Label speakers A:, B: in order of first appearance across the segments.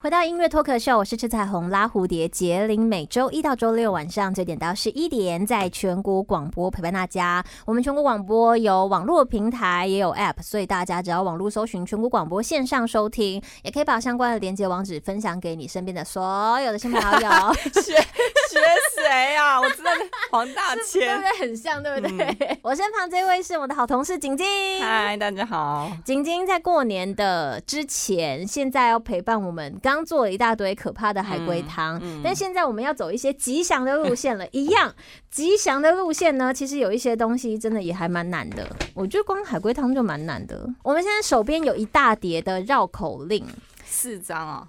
A: 回到音乐脱口秀，我是吃彩虹拉蝴蝶杰林，每周一到周六晚上九点到十一点，在全国广播陪伴大家。我们全国广播有网络平台，也有 App，所以大家只要网络搜寻全国广播线上收听，也可以把相关的连接网址分享给你身边的所有的亲朋好友，
B: 学 学谁啊？我真的黄大
A: 对不
B: 千。
A: 对？很像，对不对？我身旁这位是我的好同事景静。
B: 嗨，大家好。
A: 晶晶在过年的之前，现在要陪伴我们，刚做了一大堆可怕的海龟汤，
B: 嗯嗯
A: 但现在我们要走一些吉祥的路线了。一 样，吉祥的路线呢，其实有一些东西真的也还蛮难的。我觉得光海龟汤就蛮难的。我们现在手边有一大叠的绕口令，
B: 四张啊？呃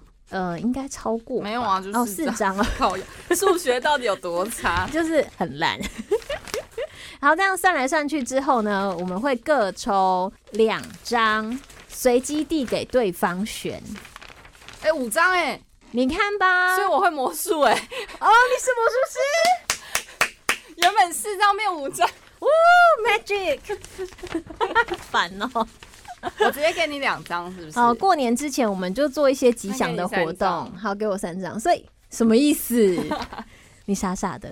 A: 呃，应该超过
B: 没有啊，就
A: 哦
B: 四
A: 四
B: 张。
A: 张哦，
B: 靠呀， 数学到底有多差？
A: 就是很烂。 好，这样算来算去之后呢，我们会各抽两张，随机递给对方选。
B: 哎、五张哎、
A: 你看吧，
B: 所以我会魔术哎、
A: 哦，你是魔术师
B: 原本四张变五张，
A: ，Magic，烦哦。
B: 我直接给你两张，是不是？
A: 好，哦过年之前我们就做一些吉祥的活动。好，给我三张。所以什么意思？ 你傻傻的，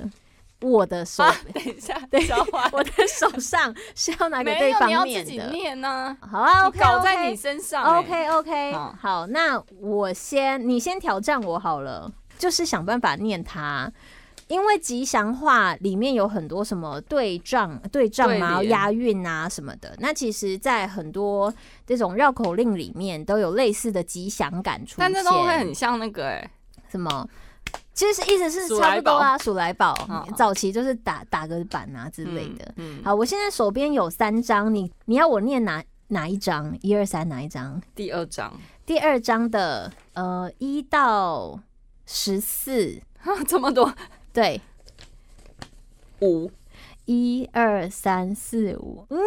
A: 我的手，
B: 啊，等 一下，等一下，
A: 我的手上是要拿给
B: 没
A: 对
B: 有，你要
A: 方
B: 自己
A: 的。
B: 念呢、
A: 好啊
B: 我
A: ，OK，
B: 搞在你身上、哎
A: OK OK，
B: 好
A: 好，那我先你先挑战我好了，就是想办法念它，因为吉祥话里面有很多什么对仗、对仗嘛、
B: 对联
A: 押韵啊什么的。那其实，在很多这种绕口令里面都有类似的吉祥感出现，
B: 但这都会很像那个哎、
A: 什么？其实意思是
B: 鼠
A: 差
B: 来
A: 不多
B: 宝
A: 啊，鼠来宝
B: 好
A: 早期就是打打个板啊之类的。
B: 嗯，好，
A: 好，我现在手边有三张，你你要我念哪哪一张？一二三，哪一张？
B: 第二张
A: 第二章的呃一到十四，
B: 这么多
A: 对，
B: 五，
A: 一二三四五，嗯，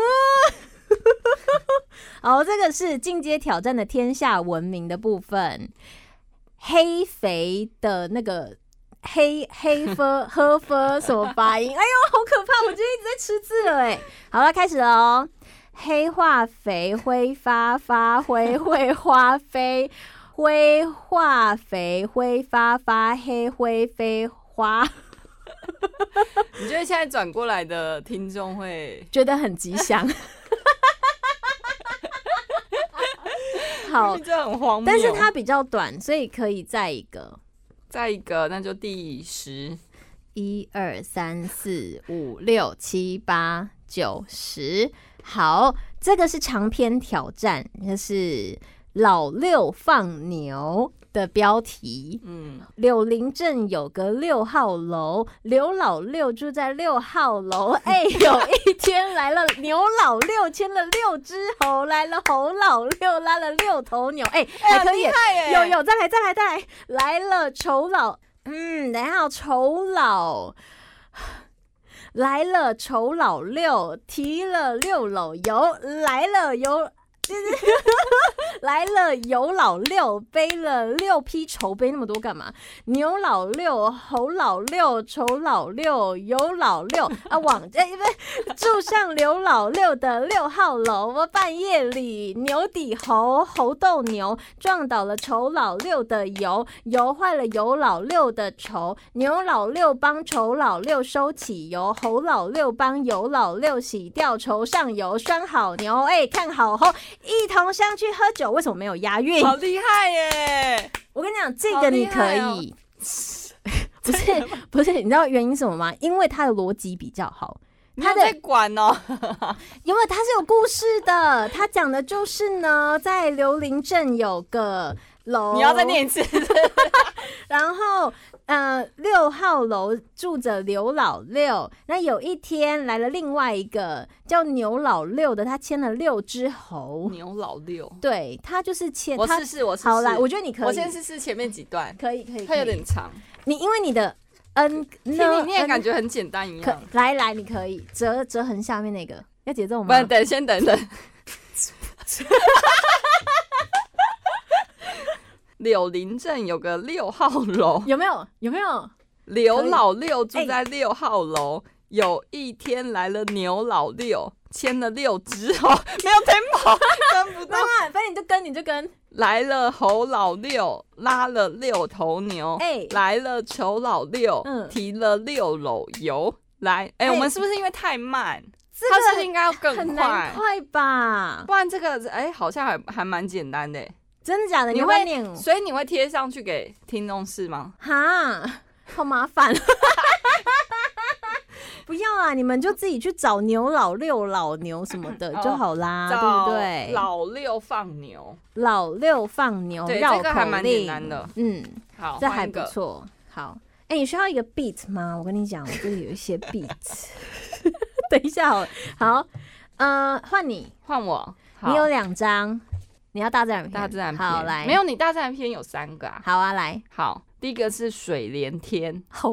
A: 好，这个是进阶挑战的天下文明的部分，黑肥的那个。黑黑喝 喝喝什么发音？哎呦，好可怕！我今天一直在吃字了哎。好了，开始喽。黑化肥挥发发灰会花飞，灰化肥挥发发黑灰飞花，
B: 你觉得现在转过来的听众会
A: 觉得很吉祥。好，
B: 这很荒谬。
A: 但是它比较短，所以可以再一个
B: 再一个，那就第十。
A: 一二三四五六七八九十。好，这个是长篇挑战，就是老六放牛的标题。
B: 嗯，
A: 柳林镇有个六号楼，刘老六住在六号 楼。哎，有一天来了牛老六，牵了六只猴，来了猴老六，拉了六头牛。哎，还可以，有有，再来再来再来，来了丑老，嗯，等一下哦丑老。来了丑老六，提了六篓油，来了油， 来了油老六，背了六匹筹，背那么多干嘛？牛老六、猴老六、丑老六、油老六啊，往哎不是住上刘老六的六号楼。我半夜里牛抵猴，猴斗牛，撞倒了丑老六的油，油坏了油老六的愁。牛老六帮丑老六收起油，猴老六帮油老六洗掉愁上油。拴好牛，哎，看好猴，一同相去喝酒。为什么没有押韵？
B: 好厉害耶！
A: 我跟你讲，这
B: 好
A: 个
B: 厉
A: 你可
B: 害哦
A: 以。不是 不是，你知道原因是什么吗？因为它的逻辑比较好，
B: 他
A: 它
B: 在
A: 的
B: 管哦，
A: 因为它是有故事的，它讲的就是呢，在刘林镇有个楼，
B: 你要再念一 次。
A: 然后，呃，六号楼住着刘老六。那有一天来了另外一个叫牛老六的，他牵了六只猴。
B: 牛老六，
A: 对他就是牵
B: 我
A: 他
B: 试，试，我试试。
A: 好啦，我觉得你可以，
B: 我先试试前面几段，
A: 可以可以，
B: 它有
A: 可以
B: 点长，
A: 你因为你的嗯，
B: 听
A: 呢
B: 你念
A: 嗯
B: 感觉很简单一
A: 可
B: 样。
A: 来来，你可以折折痕下面那个要节奏
B: 不
A: 吗？
B: 然等，先等 等。柳林镇有个六号楼，
A: 有没有有没有？哎
B: 刘老六住在六号楼。有一天来了牛老六，牵了六只猴， 没有 tempo，跟不到啊
A: 妈。妈，哦反正你就跟你就跟，
B: 来了猴老六，拉了六头牛，
A: 哎
B: 来了丑老六，
A: 嗯
B: 提了六篓油。来，哎、
A: 哎
B: 我们是不是因为太慢？
A: 这
B: 它是不是
A: 个
B: 应该要更
A: 很
B: 快
A: 难？快吧？
B: 不然这个哎、好像还还蛮简单的、
A: 真的假的？
B: 你
A: 要不要
B: 会
A: 念我
B: 所以你会贴上去给听众试吗？
A: 哈，好麻 烦。不要啊！你们就自己去找牛老六、老牛什么的
B: 哦
A: 就好啦，啊对
B: 找
A: 不对？
B: 老六放牛，
A: 老六放牛
B: 对
A: 绕口
B: 这个还蛮
A: 令，
B: 简单的
A: 嗯，
B: 好，
A: 这
B: 换一
A: 还不
B: 个。
A: 错。好，哎、你需要一个 beat 吗？我跟你讲，我这里有一 些 beat。等一下好了，哦好，呃，换你，
B: 换我，好
A: 你有两张，你要大自然片
B: 大自然篇，
A: 好来，
B: 没有你大自然篇有三个啊。
A: 好啊， 来，
B: 好，第一个是水连 天，
A: 好、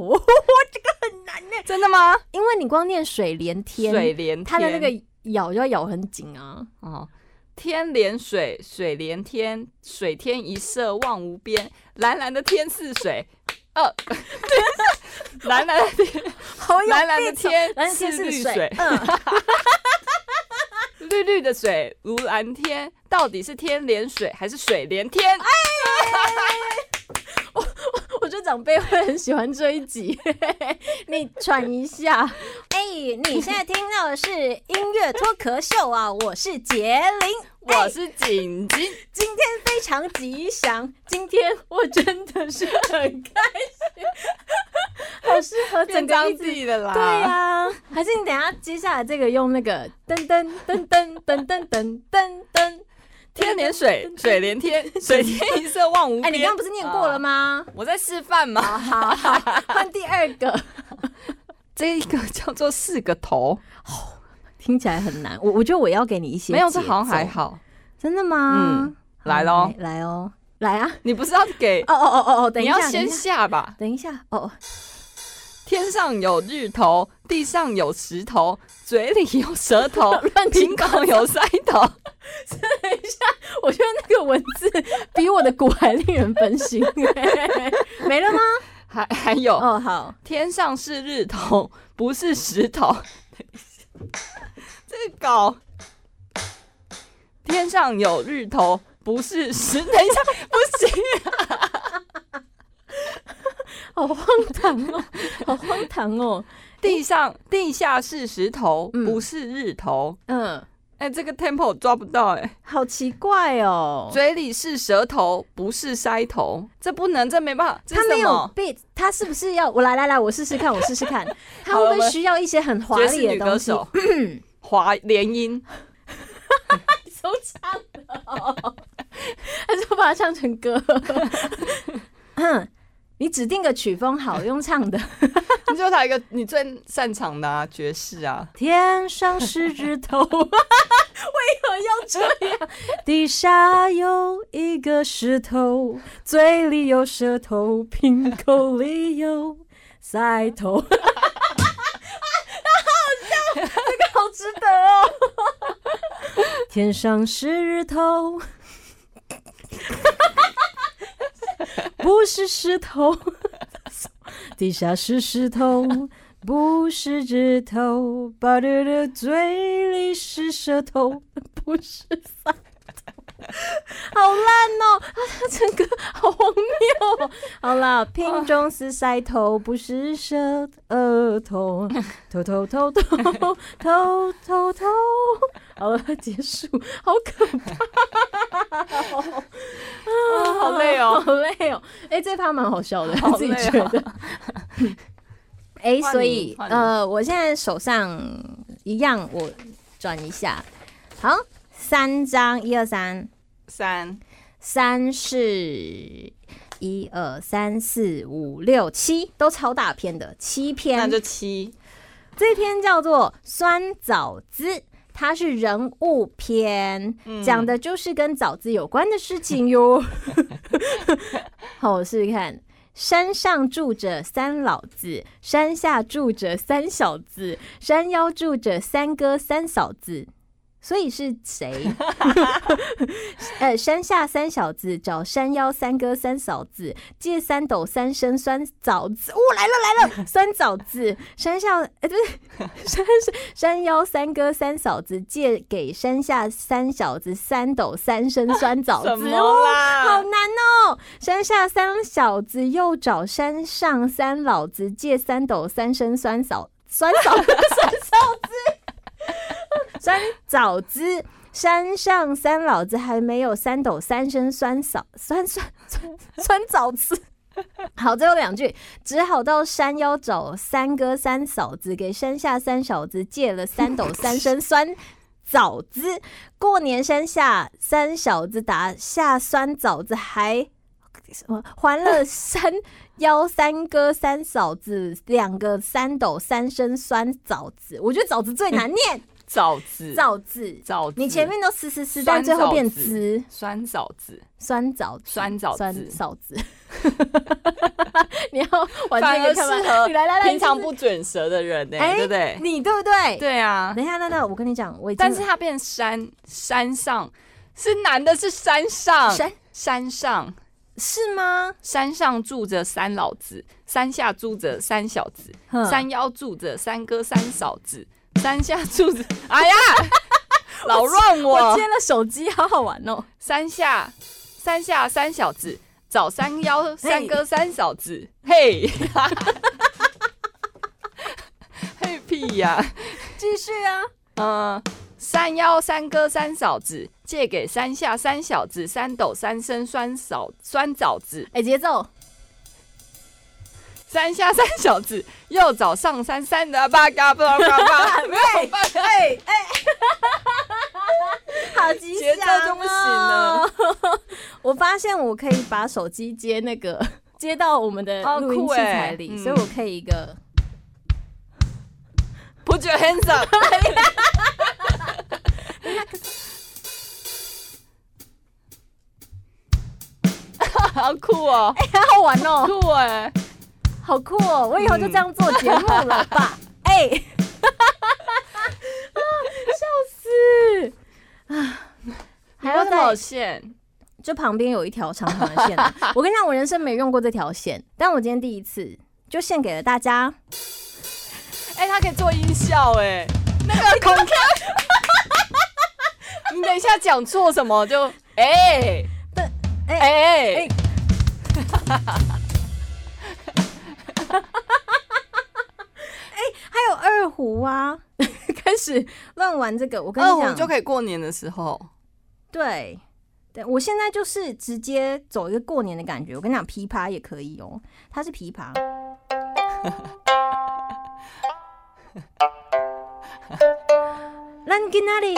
B: 真的吗？
A: 因为你光念水连天，
B: 水连
A: 它
B: 天，
A: 的那个咬要咬很紧 啊。
B: 哦，天连水，水连天，水天一色望无边，蓝蓝的天似水，呃， 蓝蓝的天，
A: 好
B: 蓝蓝的
A: beat 哦蓝
B: 天
A: 天是
B: 绿
A: 水
B: 水，，
A: 嗯，
B: 绿绿的水如蓝天，到底是天连水还是水连天？
A: 哎我觉得长辈会很喜欢这一集。 你喘一下， 哎、你现在听到的是音乐脱壳秀啊，我是杰林，
B: 我是锦锦，
A: 今天非常吉祥，今天我真的是很开心，好适合整
B: 变
A: 个
B: 张
A: 一
B: 自
A: 直。
B: 己的啦。
A: 对啊呀、还是你等一下接下来这个用那个噔噔噔噔噔噔噔噔噔，
B: 天连水，水连天，水啊天一色望无
A: 哎、
B: 边。
A: 你刚刚不是念过了吗？
B: 我在示范嘛。
A: 好，好换第二个，
B: 这一个叫做四个头，
A: 听起来很难。我我觉得我要给你一些
B: 没有，
A: 节
B: 这好像还
A: 奏，
B: 好。
A: 真的吗？
B: 嗯来咯
A: 来来哦，来啊！
B: 你不是要给？
A: 哦哦哦哦 哦，等
B: 你
A: 一下，
B: 要
A: 等
B: 先
A: 一下
B: 下吧。
A: 等一下哦，，
B: 天上有日头，地上有石头，嘴里有舌头
A: 乱七
B: 苹果有塞头。
A: 等一下，我觉得那个文字比我的鼓还令人分心。欸没了吗？
B: 还还有，
A: 哦，好，
B: 天上是日头，不是石头。这个搞，天上有日头，不是石。等一下，不行，
A: 好荒唐哦，好荒唐哦。
B: 地上地下是石头，
A: 嗯
B: 不是日头。
A: 嗯，
B: 哎、这个 tempo 抓不到哎、
A: 好奇怪哦。
B: 嘴里是舌头，不是塞头，这不能，这没办法，这
A: 他
B: 是
A: 没
B: 什
A: 有
B: 么？
A: beat，他是不是要我来来来，我试试看，我试试 看，他
B: 好
A: 会
B: 了
A: 不
B: 我
A: 会
B: 们
A: 需要一些很华
B: 爵士
A: 丽的
B: 女歌
A: 东西？
B: 手， 华联音，
A: 收场了， 还是我把它唱成歌？ 嗯，你指定个曲风好，用唱的。
B: 你就他一个你最擅长的、啊、爵士啊，
A: 天上是日头， 为何要这样？地下有一个石头，嘴里有舌头，瓶口里有塞头。 啊，好笑，这个好值得哦。 天上是日头， 不是石头。地下是石头，不是指头，巴嘟的嘴里是舌 头，不是舌头。好烂哦！它整个好荒谬、哦。好啦，品种是塞头，不是舌额头，头头头头头头头。好了，结束，好可怕、哦！
B: 啊好累哦
A: 好累哦。哎、这趴蛮好笑的，
B: 好
A: 自己
B: 累
A: 觉
B: 哦
A: 得。 哎、
B: 换
A: 所
B: 你
A: 以
B: 换你
A: 呃，我现在手上一样，我转一下，好，三张，一二三，
B: 三
A: 三是一二三四五六七，都超大篇的，七
B: 那
A: 篇
B: 就。七，
A: 这篇叫做《酸枣子》，它是人物篇，
B: 嗯
A: 讲的就是跟枣子有关的事情哟。好，我试试看。山上住着三老子，山下住着三小子，山腰住着三哥三嫂子。所以是谁？ 呃，山下三小子找山腰三哥三嫂子，借三斗三升酸枣子。哦，来了来了，酸枣子。山下呃，不是山山腰三哥三嫂子借给山下三小子三斗三升酸枣
B: 什
A: 子。哦
B: 么啊
A: 好
B: 啦？
A: 难哦！山下三小子又找山上三老子借三斗三升酸枣酸枣酸枣子酸枣子。山上三老子还没有三斗三升酸枣酸酸酸酸枣子。好，最后两句，只好到山腰找三哥三嫂子，给山下三小子借了三斗三升酸枣子。过年山下三小子打下酸枣子还。什么还了三幺三哥三嫂子两个三斗三升酸枣子，我觉得枣子最 难念，
B: 枣子，
A: 枣子，
B: 枣子，
A: 你前面都吃吃吃，
B: 酸
A: 但最后
B: 枣
A: 变
B: 子
A: 子
B: 酸枣子，
A: 酸枣子
B: 酸枣
A: 酸
B: 子
A: 枣子，你要玩
B: 反
A: 这
B: 而
A: 个
B: 适
A: 干嘛？
B: 合
A: 你来来来，
B: 平常
A: 你
B: 不卷舌的人呢、
A: 哎
B: 对不对？
A: 你对不对？
B: 对啊，
A: 等一下，那那我跟你讲，我已经
B: 但是它变山山上是男的，是山上
A: 山
B: 山上
A: 是吗？
B: 山上住着三老子，山下住着三小子，
A: 哼
B: 山腰住着三哥三嫂子，山下住着 哎呀，扰乱
A: 我
B: 我
A: 接了手机，好好玩哦。
B: 山下山下三小子。找三幺三
A: 嘿
B: 哥三嫂子， 嘿，嘿屁呀、
A: 继续啊，
B: 呃，三幺三哥三嫂子借给山下三小子三斗三升酸嫂酸枣子，
A: 哎，节奏。
B: 山下三小子又找上山三的八嘎八嘎八，没有办法，
A: 哎哎，好吉祥、哦！
B: 节奏就不行了。
A: 我发现我可以把手机接那个 接到我们的
B: 哦
A: 录音
B: 酷
A: 器材
B: 欸
A: 里，
B: 嗯
A: 所以我可以一个。
B: 不觉 hands up。好酷哦，
A: 哎好好玩哦，
B: 酷哎、
A: 好酷哦！我以后就这样做节目了吧？ 哎、哈，笑死！啊，还
B: 还有
A: 要
B: 什么
A: 再
B: 有线？
A: 就旁边有一条长长的线 啊、我跟你讲，我人生没用过这条线，但我今天第一次就献给了大家。
B: 哎、它可以做音效哎、那个孔锵，你等一下讲错什么就哎
A: 但哎
B: 哎哎
A: 哎，还有二胡啊， 开始乱玩这个。我跟
B: 二
A: 你
B: 五
A: 讲，
B: 就可以过年的时候，
A: 对，对我现在就是直接走一个过年的感觉。我跟你讲，琵琶也可以哦，它是琵 琶。咱今那 里，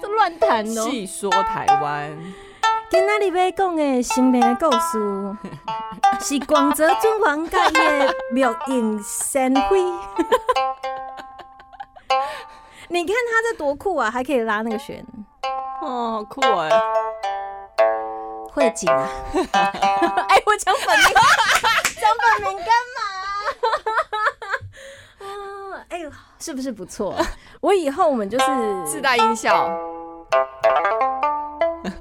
A: 这乱弹哦。
B: 细说台湾，
A: 今仔日要讲的生命的故 事，是广泽尊王甲伊的妙影神辉。 你看他这多酷啊，还可以拉那个弦，
B: 哦，好酷哎、
A: 会紧啊！ 哎、我讲本 名，讲本名干嘛？ 啊，哎呦，是不是不错？我以后我们就是
B: 自带音效，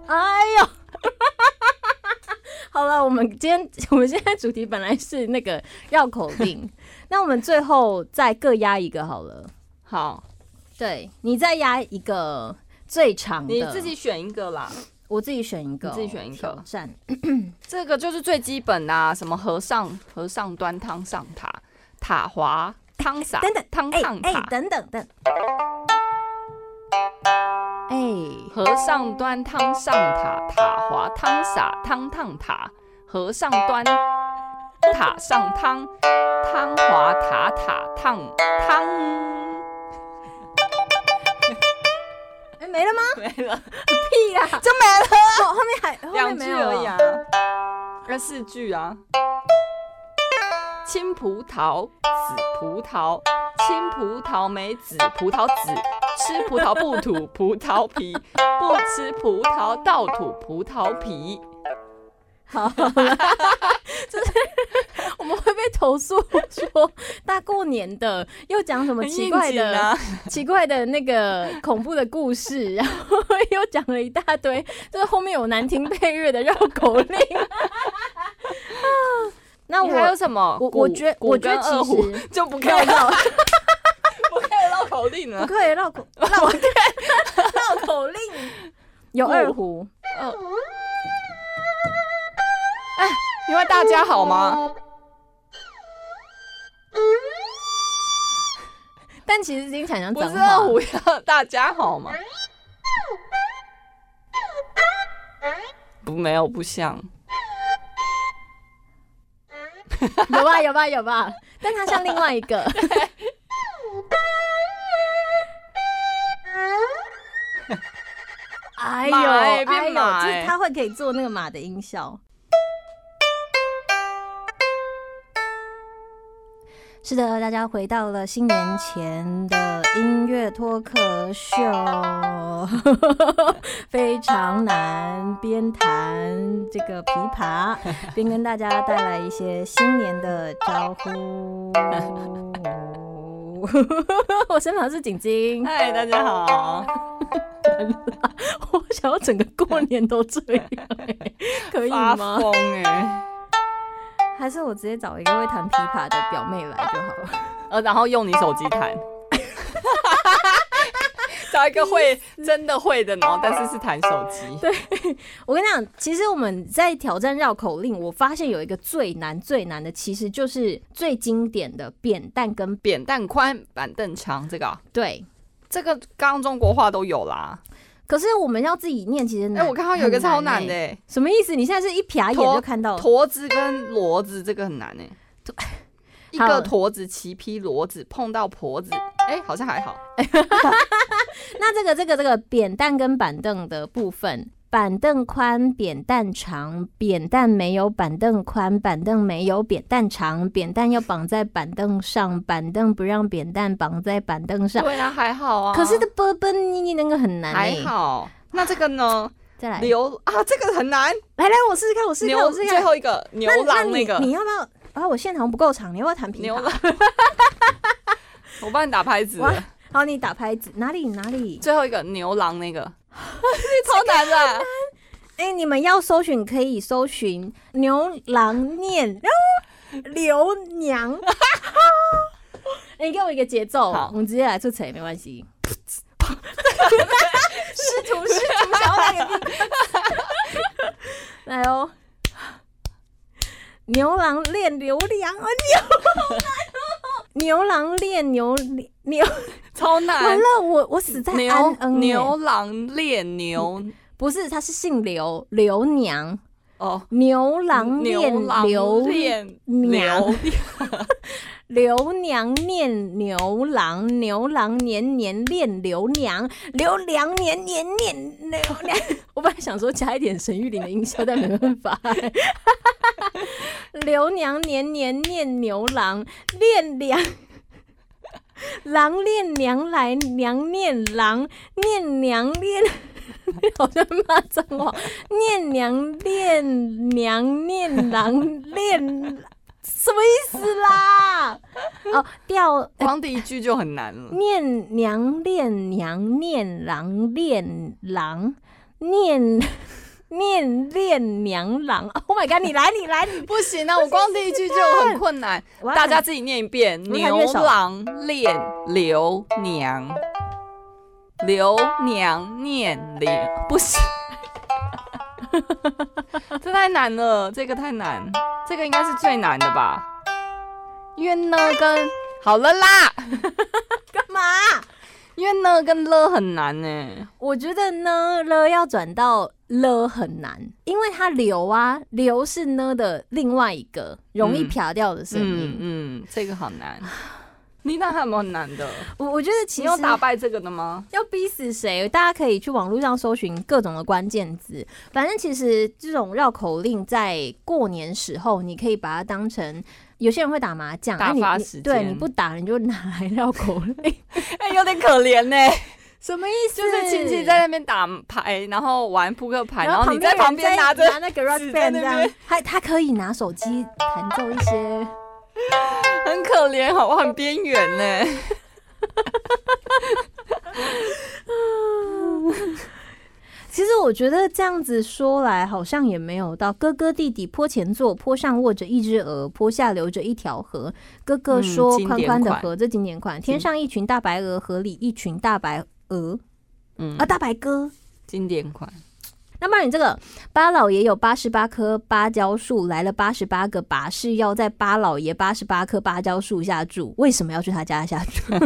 A: 哎呦， 好了，我们今天我们现在主题本来是那个绕口 令，那我们最后再各压一个好了。
B: 好，
A: 对你再压一个最长的，
B: 你自己选一个啦，
A: 我自己选一个哦，
B: 你自己选一个
A: 挑战。
B: 这个就是最基本啦、什么和尚和尚端汤上塔，塔滑汤洒，
A: 等等，
B: 汤
A: 哎
B: 烫
A: 哎
B: 塔，，
A: 等等等，哎，
B: 和尚端汤上塔，塔滑汤洒汤烫塔。和尚端塔上汤，汤滑塔塔烫汤。
A: 哎没了吗？
B: 没了，
A: 屁啦，
B: 就没了，
A: 哦后面还后面
B: 啊两
A: 没
B: 句
A: 有
B: 而已
A: 了
B: 啊，那四句啊。青葡萄，紫葡萄，青葡萄没籽，葡萄籽。吃葡萄不吐葡萄皮，不吃葡萄倒吐葡萄皮。
A: 好了，就是我们会被投诉说大过年的又讲什么
B: 很
A: 奇
B: 应
A: 怪
B: 景
A: 的、
B: 啊，
A: 奇怪的那个恐怖的故事，然后又讲了一大堆， 就是后面有难听配乐的绕口令。啊，那
B: 你还有
A: 我
B: 什么？
A: 我
B: 鼓
A: 我觉
B: 鼓
A: 我觉得
B: 跟二胡
A: 其实
B: 就不可
A: 绕
B: 以
A: 绕
B: 不可以绕口令
A: 不
B: 了。
A: 可以绕口 绕绕口令， 哦有
B: 鼓
A: 二胡。
B: 因为大家好吗？
A: 但其实金产娘
B: 不
A: 脏
B: 是
A: 话
B: 二，胡要大家好吗？不，没有不像。
A: 有吧有吧有吧，但它像另外一个。哎呦
B: 马欸
A: 哎
B: 变
A: 呦，
B: 马
A: 就是
B: 欸
A: 它会可以做那个马的音效。是的，大家回到了新年前的音乐脱壳秀， 非常难，边弹这个琵琶，边跟大家带来一些新年的招 呼。我身旁是景 晶，
B: 嗨，大家好。
A: 我想要整个过年都这样欸、 可以
B: 发
A: 吗？
B: 疯哎、
A: 还是我直接找一个会弹琵琶的表妹来就好了。
B: 呃，然后用你手机 弹，找一个会真的会的，然后但是是弹手机。对，
A: 我跟你讲，其实我们在挑战绕口令，我发现有一个最难最难的，其实就是最经典的扁担跟
B: 扁担宽，板凳长，这个啊、
A: 对。
B: 这个刚刚中国话都有啦。
A: 可是我们要自己念，其实
B: 哎、
A: 难
B: 我看到有一个
A: 嗯很
B: 超难
A: 欸
B: 的、欸，
A: 什么意思？你现在是一瞟眼
B: 驼
A: 就看到了
B: 驼子跟骡子这个很难哎、 一
A: 好
B: 个驼子骑匹骡子碰到婆子，哎、好像还好。
A: 那这个这个这个扁担跟板凳的部分，板凳宽，扁担长，扁担没有板凳宽，板凳没有扁担长，扁担要绑在板凳上，板凳不让扁担绑在板凳上。
B: 对啊，还好啊。
A: 可是这波波妮妮那个很难、
B: 还
A: 欸，
B: 好。那这个呢？
A: 再来
B: 牛啊，这个很难。
A: 来来，我试试看，我试试看，
B: 牛
A: 我试试
B: 最
A: 看。
B: 后一个牛郎
A: 那
B: 个
A: 你，你要不要？啊，我线好像不够长，你要不要弹琵
B: 牛
A: 琶？
B: 郎， 我帮你打拍子了。
A: 哇好，你打拍子，哪里哪里？
B: 最后一个牛郎 那个，超难的，
A: 哎、你们要搜寻可以搜寻牛郎念哦刘娘。 哎你给我一个节奏，
B: 好
A: 我们直接来出彩，没关系。 试图试图想要来个地方， 来哦。牛郎恋刘娘，啊， 牛好难哦。牛郎恋牛牛，
B: 超
A: 完
B: 难。
A: 了，我我死在安
B: 牛
A: 恩欸嗯
B: 牛
A: 耶
B: 郎恋牛
A: 不是，他是姓刘，刘娘。
B: 哦，
A: 牛郎
B: 牛
A: 恋
B: 郎
A: 刘
B: 恋
A: 娘
B: 牛，
A: 刘娘念牛郎，牛郎年年恋刘娘，刘娘年年念刘娘。我本来想说加一点沈玉琳的音效，但没办法。 刘娘年年念牛郎，恋娘。郎恋娘来，娘念郎，念娘恋，好像骂脏话。念娘恋娘念郎 恋，什么意思啦？哦，调
B: 光第一句就很难了。
A: 念娘恋娘念郎恋郎念 念恋娘郎。Oh my god！你来，你来，你
B: 不行啊，我光第一句就很困难，
A: 我要
B: 大家
A: 弹
B: 自己念一遍。
A: 我要弹
B: 牛
A: 乐手
B: 郎恋刘娘，刘娘念刘，不行，这太难了，这个太难，这个应该是最难的吧？因为呢跟好了啦，
A: 干嘛？
B: 因为呢跟了很难呢、
A: 我觉得呢了要转到了很难，因为它流啊，流是呢的另外一个容易
B: 嗯
A: 撇掉的声
B: 嗯
A: 音。
B: 嗯，这个好 难。你那还有没有很难的？
A: 我我觉得其
B: 你
A: 实
B: 有打败这个的吗？
A: 要逼死谁？大家可以去网络上搜寻各种的关键字。反正其实这种绕口令在过年时候，你可以把它当成有些人会打麻将，
B: 打
A: 啊你
B: 发
A: 你
B: 时间
A: 对，你不打你就拿来绕口令，
B: 哎、有点可怜呢、
A: 什么意思？
B: 就是亲戚在那边打牌，然后玩扑克牌，
A: 然
B: 然
A: 后
B: 后你在旁边
A: 人在
B: 拿着
A: 拿那个 rock
B: 纸在
A: band 这
B: 那边
A: 样，他他可以拿手机弹奏一些
B: 很可怜，好不好？很边缘呢。
A: 其实我觉得这样子说来，好像也没有到哥哥弟弟坡前坐，坡上握着一只鹅，坡下流着一条河。哥哥
B: 嗯
A: 说：“
B: 经
A: 宽
B: 典
A: 宽的
B: 款
A: 河，这经典款，天
B: 经
A: 上一群大白鹅，河里一群大白鹅
B: 嗯
A: 啊，，大白鸽。”
B: 经典款，
A: 那么你这个八老爷有八十八棵芭蕉树，来了八十八个拔是要在八老爷八十八棵芭蕉树下住，为什么要去他家下 住？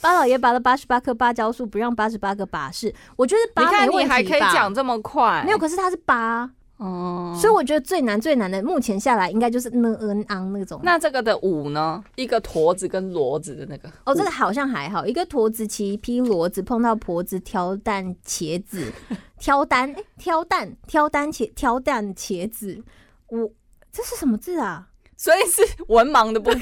A: 八老爷拔了八十八棵芭蕉树，不让八十八个拔是，我觉得
B: 你
A: 拔
B: 看
A: 没
B: 你
A: 问题
B: 还可以
A: 吧
B: 讲这么快，
A: 没有，可是他是拔，
B: 哦。
A: 所以我觉得最难最难的，目前下来应该就是呢嗯昂那种。
B: 那这个的五呢？一个驼子跟骡子的那个
A: 哦，这个好像还好，一个驼子骑一匹骡子，碰到婆子挑担茄子，挑担诶挑担挑担茄挑担茄子，我这是什么字啊？
B: 所以是文盲的部 分。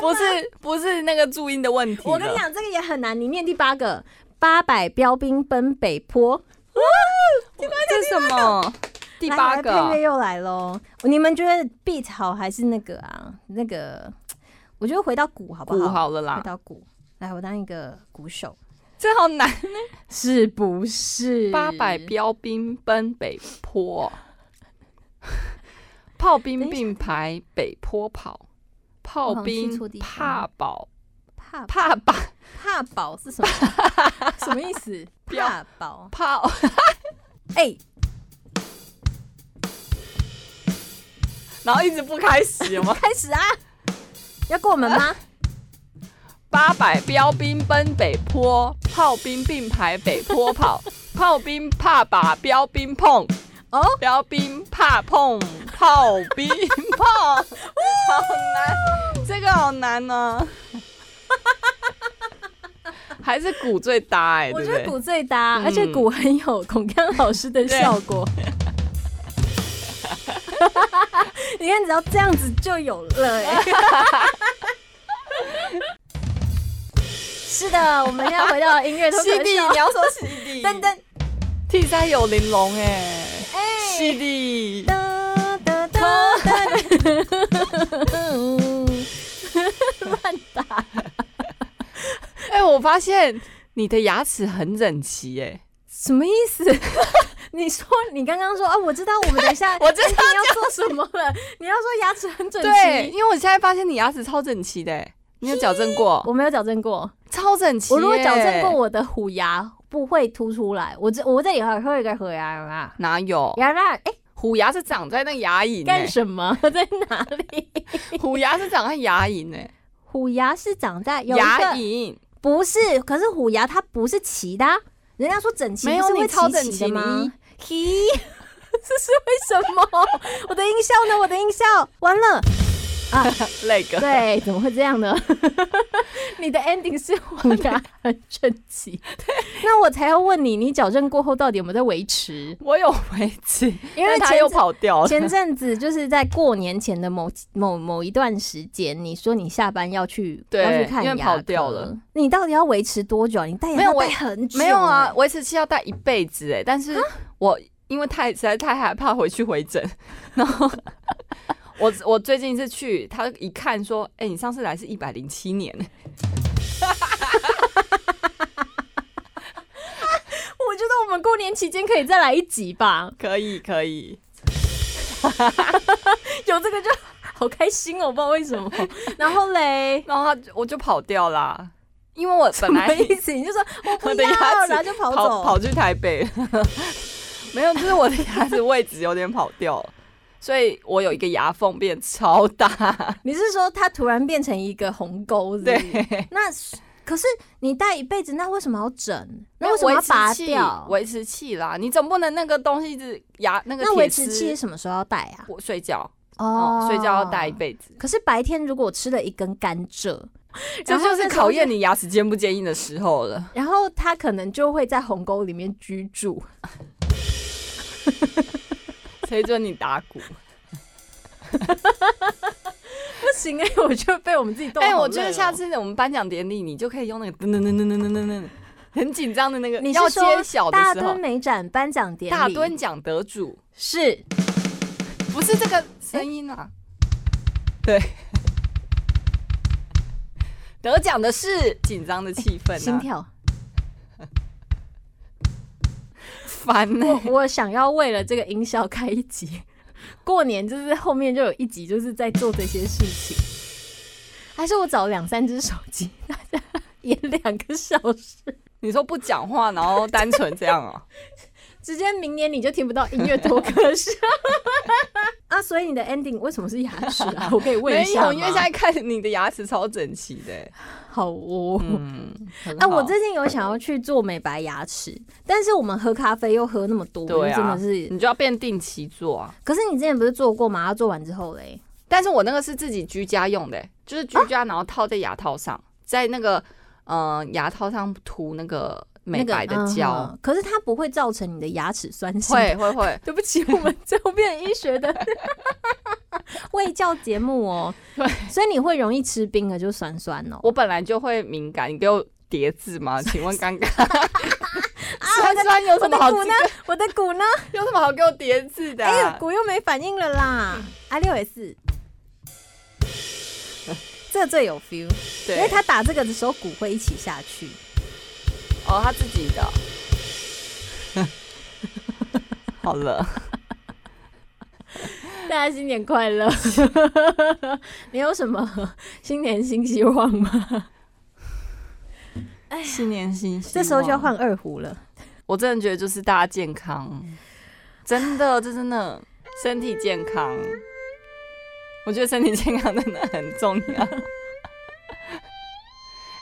B: 不是不是那个注音的问题了，
A: 我跟你讲，这个也很难，你念第八个。八百标兵奔北坡，
B: 这是什么？第
A: 来
B: 八
A: 来配乐
B: 个
A: 又来喽。你们觉得 beat 好还是那个啊？那个，我觉得回到鼓好不
B: 鼓
A: 好？
B: 好了啦
A: 回，到鼓，来，我当一个鼓手，
B: 这好难。
A: 是不是？
B: 八百标兵奔北 坡，炮兵并排北坡跑，炮
A: 我好像
B: 兵
A: 去错地方啊
B: 怕宝
A: 怕
B: 怕把
A: 怕宝是什 么？什么意思？
B: 标
A: 怕宝？
B: 炮，
A: 哎、
B: 然后一直不开始 吗？
A: 开始啊！要过门吗？
B: 八百标兵奔北坡，炮兵并排北坡跑，炮兵怕把标兵碰，
A: 哦，
B: 标兵怕碰炮兵碰， 好难，这个好难哦呢、 还是鼓最搭哎、
A: 我
B: 对
A: 觉
B: 不
A: 得
B: 对？
A: 鼓最搭，
B: 嗯
A: 而且鼓很有孔康老师的效 果。你看，只要这样子就有了、 哎是的，我们要回到音乐 脱口
B: 西地，你
A: 秀。
B: 要说西 地，
A: 噔噔，
B: T 三有玲珑哎、
A: 哎、
B: 西地，
A: 哒哒 哒哒，乱打。
B: 哎、我发现你的牙齿很整齐哎、
A: 什么意思？ 你说你刚刚说啊，我知道 我们等一下
B: 我知道
A: 你要做什么 了，你要说牙齿很整
B: 对，
A: 齐。
B: 因为我现在发现你牙齿超整齐的、欸，你有矫正过？
A: 我没有矫正过，
B: 超整齐、欸。
A: 我如果矫正过，，我的虎牙不会凸出来。我这我这里还有一个虎牙啊，
B: 哪有？
A: 牙那哎
B: 虎牙是长在那牙龈、
A: 干
B: 欸，
A: 什么？ 在哪里？
B: 虎牙是长在牙龈呢、欸，
A: 虎牙是长在有一
B: 牙
A: 个
B: 龈
A: 不是，可是虎牙它不是齐的啊、人家说整齐
B: 没有
A: 不是会
B: 你超整
A: 齐
B: 齐
A: 的
B: 你
A: 吗？ 咦，这是为什么？我的音效呢？我的音效完 了。
B: 那 个。
A: 对，怎么会这样 呢？你的 ending 是我的很整齐， 那我才要问你，你矫正过后到底有没有在维持？
B: 我有维持，
A: 因为
B: 但他
A: 前
B: 又
A: 阵
B: 跑掉了。
A: 前阵子就是在过年前的某某某一段时间，你说你下班要去
B: 对
A: 要去看
B: 因为
A: 牙
B: 跑
A: 科
B: 掉了，
A: 你到底要维持多久啊？你戴牙
B: 没
A: 要
B: 有
A: 戴
B: 我
A: 很久、
B: 没有啊，，维持器要戴一辈子哎、欸，但
A: 啊
B: 是我因为太实在太害怕回去回诊， 然后我我最近是去，他一看说，哎、你上次来是一百零七年，
A: 我觉得我们过年期间可以再来一集吧，
B: 可以可以，
A: 有这个就 好开心哦，我不知道为什 么。然后嘞，
B: 然后他就我就跑掉啦，因为我本来
A: 什么意思？你就说我不
B: 我的
A: 要，
B: 牙齿
A: 然后就跑
B: 跑
A: 走。
B: 跑去 台北，没有，就是我的牙齿位置有点跑掉了，所以我有一个牙缝变超
A: 嗯
B: 大，
A: 你是说它突然变成一个鸿沟？是不
B: 对
A: 是，那是可是你戴一辈子，那为什么要整？那为什么
B: 维
A: 要
B: 持
A: 拔
B: 器
A: 掉？
B: 维持器啦，你总不能那个东西一直牙那个
A: 那
B: 铁
A: 维持
B: 丝
A: 器什么时候要戴啊？
B: 我睡觉哦，睡觉要戴一。辈子，
A: 可是白天如果我吃了一根甘蔗，
B: 这
A: 然后那
B: 就是
A: 时候
B: 考验你牙齿坚不坚硬的时候 了。
A: 然后它可能就会在鸿沟里面居住。
B: 谁准你打 鼓？
A: 不行哎、我觉得被我们自己逗。
B: 哎，我觉得下次我们颁奖典礼，你就可以用那个噔噔噔噔噔噔噔，很紧张的那个
A: 你是
B: 要
A: 说
B: 揭晓的
A: 大
B: 时候
A: 墩，美展颁奖典礼，
B: 大墩奖得主。
A: 是
B: 不是这个声音啊。对，得奖的是紧张的气氛、啊
A: 心跳。
B: 烦欸呢、
A: 我我想要为了这个音效开一集， 过年就是后面就有一集就是在做这些事情，还是我找两三只手机，大家 演两个小时，
B: 你说不讲话，然后单纯这样哦、
A: 直接明年你就听不到音乐多可笑 啊！所以你的 ending 为什么是牙齿 啊？我可以问一下吗
B: 没有， 因为现在看你的牙齿超整齐的、欸
A: 好哦。
B: 嗯，很
A: 哎、
B: 好
A: 我最近有想要去做美白牙齿，但是我们喝咖啡又喝那么多，
B: 对啊
A: 真的是。
B: 你就要变定期做啊。
A: 可是你之前不是做过吗？要做完之后嘞，
B: 但是我那个是自己居家用的、欸就是居家然后套在牙套上，在那个呃牙套上涂那个嗯美白的
A: 那个嗯
B: 胶。
A: 嗯可是它不会造成你的牙齿酸性。
B: 会会会，
A: 对不起，我们周边医学的 卫教节目哦。
B: 对，
A: 所以你会容易吃冰的，就酸酸哦。
B: 我本来就会敏感，你给我叠字 吗？请问刚刚 酸酸有
A: 啊我
B: 什
A: 的
B: 么好
A: 骨呢？我的骨 呢？
B: 有什么好给我叠字的、
A: 哎
B: 啊
A: 呀，？骨又没反应了啦。阿六也是，这最有 feel，因为
B: 对，
A: 他打这个的时候骨会一起下去。
B: 哦，他自己的。 好了，
A: 大家新年快乐！ 你有什么新年新希望吗？
B: 新年新希望
A: 哎这时候就要，换二胡了。
B: 我真的觉得就是大家健康，真的，这真的身体健康，我觉得身体健康真的很重要。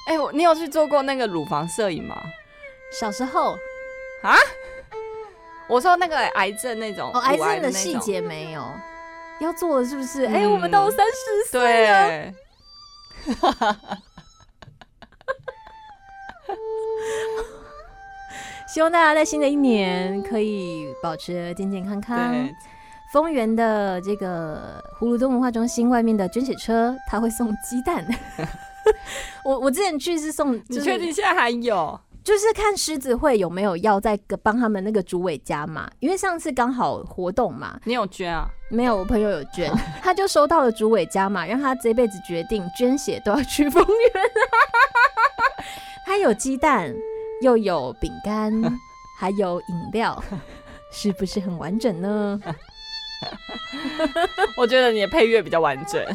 B: 哎、我你有去做过那个乳房摄影吗？
A: 小时候
B: 我说那个癌症那种，
A: 哦，癌症的
B: 那
A: 细
B: 种
A: 节没有，要做了是不是？哎、
B: 嗯
A: 我们到三十岁，
B: 对，
A: 希望大家在新的一年可以保持健健康康
B: 对。，
A: 丰原的这个葫芦洞文化中心外面的捐血车，他会送鸡蛋。 我我之前去是送，
B: 你
A: 就是
B: 确定现在还有？
A: 就是看狮子会有没有要在帮他们那个主委家嘛，因为上次刚好活动嘛，
B: 你有捐啊？
A: 没有，我朋友有捐，他就收到了主委家嘛，让他这辈子决定捐血都要去丰原。 他有鸡蛋，又有饼干，还有饮料，是不是很完整呢？
B: 我觉得你的配乐比较完整。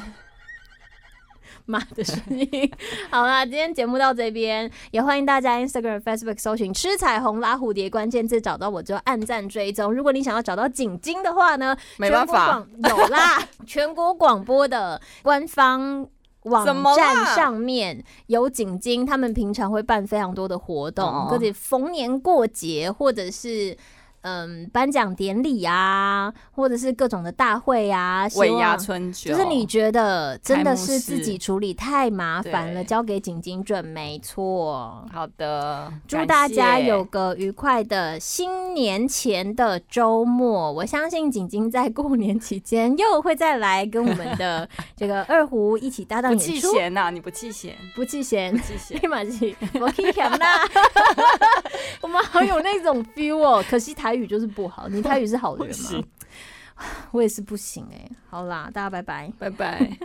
A: 妈的声音。好啦，今天节目到这边，也欢迎大家 Instagram、Facebook 搜寻“吃彩虹拉蝴蝶”关键字找到我之后按赞追踪。如果你想要找到景晶的话呢，
B: 没办法，
A: 全国广，有啦， 全国广播的官方。网
B: 怎么啦
A: 站上面有景晶，他们平常会办非常多的活动
B: 哦，
A: 各自逢年过节或者是嗯颁奖典礼啊，或者是各种的大会啊，希
B: 尾
A: 望
B: 牙春酒
A: 就是你觉得真的
B: 开幕
A: 是
B: 式
A: 自己处理太麻烦了，
B: 对
A: 交给景景准没错。
B: 好的，
A: 祝大家
B: 感谢
A: 有个愉快的新年前的周末。我相信景景在过年期间又会再来跟我们的这个二胡一起搭档
B: 不
A: 演
B: 弃
A: 出，
B: 嫌啊呐，你不弃嫌，
A: 不弃嫌
B: 不。弃嫌。
A: 立马是我 k i c 啦，我们好有那种 feel 哦。可惜台语就是 不好，你 台语是好的人
B: 不
A: 吗
B: 行？
A: 欸我也是不行哎、好啦，大家拜拜。
B: 拜拜。